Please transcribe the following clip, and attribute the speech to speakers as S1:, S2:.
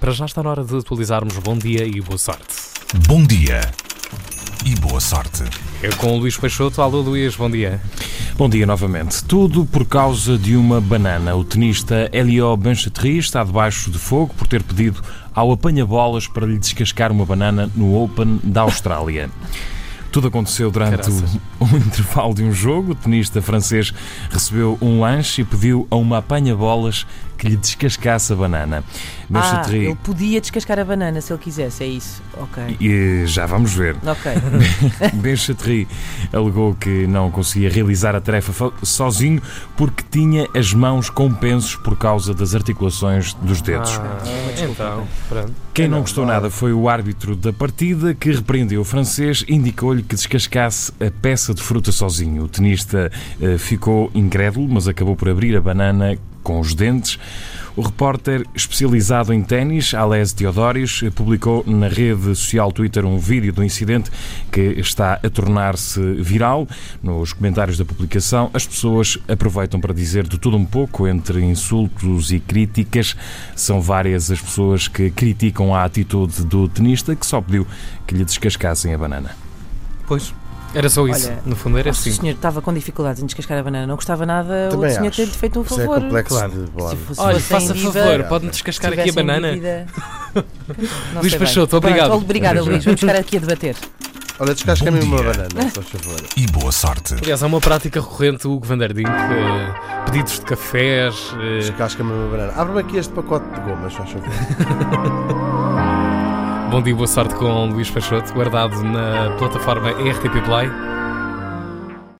S1: Para já está na hora de atualizarmos Bom Dia e Boa Sorte.
S2: Bom dia e boa sorte.
S1: É com o Luís Peixoto. Alô, Luís, bom dia.
S3: Bom dia novamente. Tudo por causa de uma banana. O tenista Elio Benchetri está debaixo de fogo por ter pedido ao apanha-bolas para lhe descascar uma banana no Open da Austrália. Tudo aconteceu durante o,
S1: Caraças.
S3: o intervalo de um jogo. O tenista francês recebeu um lanche e pediu a uma apanha-bolas que lhe descascasse a banana.
S4: Ah,
S3: Benchetri,
S4: ele podia descascar a banana se ele quisesse, é isso. Ok.
S3: e já vamos ver.
S4: Ok.
S3: Ben Chatry alegou que não conseguia realizar a tarefa fo- sozinho porque tinha as mãos compensos por causa das articulações dos dedos.
S1: Ah,
S4: Ah,
S1: então, pronto.
S3: Quem não gostou nada foi o árbitro da partida que repreendeu o francês e indicou-lhe que descascasse a peça de fruta sozinho. O tenista eh, ficou incrédulo, mas acabou por abrir a banana com os dentes. O repórter especializado em ténis, Alés Teodóris, eh, publicou na rede social Twitter um vídeo do incidente que está a tornar-se viral. Nos comentários da publicação, as pessoas aproveitam para dizer de tudo um pouco, entre insultos e críticas. São várias as pessoas que criticam a atitude do tenista que só pediu que lhe descascassem a banana.
S1: Pois, era só isso.
S4: Olha,
S1: no fundo era
S4: Acho que o
S1: assim.
S4: senhor estava com dificuldades em descascar a banana, não gostava nada,
S5: Também
S4: o senhor
S5: acho.
S4: ter-lhe feito um
S5: Isso é
S4: favor.
S5: complexo
S1: Claro.
S5: de
S4: Se
S5: bode.
S4: fosse- se
S1: Olha,
S4: fossem
S1: faça
S4: viva,
S1: favor, pode-me descascar aqui a
S4: tivessem
S1: banana.
S4: dívida. Não
S1: Luís
S4: sei bem.
S1: Peixoto,
S4: Pronto,
S1: obrigado.
S4: Obrigada,
S3: Até já.
S4: Luís. Vamos ficar aqui a debater.
S5: Olha, descasca-me
S2: Bom
S5: uma
S2: dia.
S5: banana, se faz favor.
S2: E boa sorte.
S1: Aliás, há uma prática recorrente, Hugo Van der Dink, eh, pedidos de cafés. eh,
S5: Descasca-me uma banana. Abre-me aqui este pacote de gomas, se faz favor.
S1: Bom dia e boa sorte com Luís Peixoto, guardado na plataforma RTP Play.